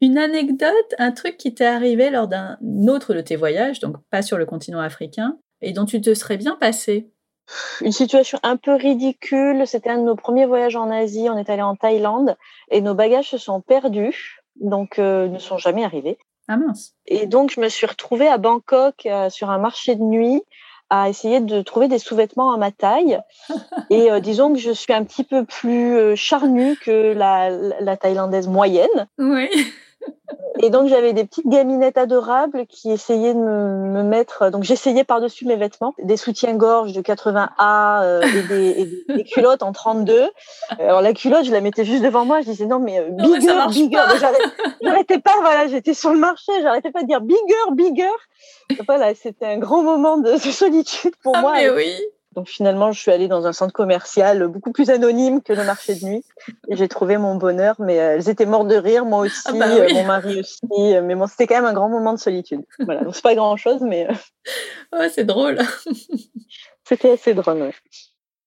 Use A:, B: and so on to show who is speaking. A: Une anecdote, un truc qui t'est arrivé lors d'un autre de tes voyages, donc pas sur le continent africain, et dont tu te serais bien passé
B: une situation un peu ridicule. C'était un de nos premiers voyages en Asie. On est allé en Thaïlande et nos bagages se sont perdus, donc euh, ne sont jamais arrivés.
A: Ah mince.
B: Et donc je me suis retrouvée à Bangkok euh, sur un marché de nuit à essayer de trouver des sous-vêtements à ma taille. Et euh, disons que je suis un petit peu plus euh, charnue que la, la Thaïlandaise moyenne.
A: Oui.
B: Et donc j'avais des petites gaminettes adorables qui essayaient de me, me mettre. Donc j'essayais par-dessus mes vêtements des soutiens-gorge de 80A euh, et, des, et des, des, culottes en 32. Alors la culotte, je la mettais juste devant moi. Je disais non mais euh, bigger, non, mais bigger. J'arrêtais pas. Voilà, j'étais sur le marché. J'arrêtais pas de dire bigger, bigger. Voilà, c'était un grand moment de, solitude pour
A: ah,
B: moi.
A: Mais oui.
B: Donc finalement, je suis allée dans un centre commercial beaucoup plus anonyme que le marché de nuit. Et j'ai trouvé mon bonheur, mais euh, elles étaient mortes de rire, moi aussi, ah bah oui. mon mari aussi. euh, mais bon, c'était quand même un grand moment de solitude. Voilà, euh, donc c'est pas grand-chose, mais...
A: Ouais, c'est Oh, drôle.
B: c'était assez drôle, ouais.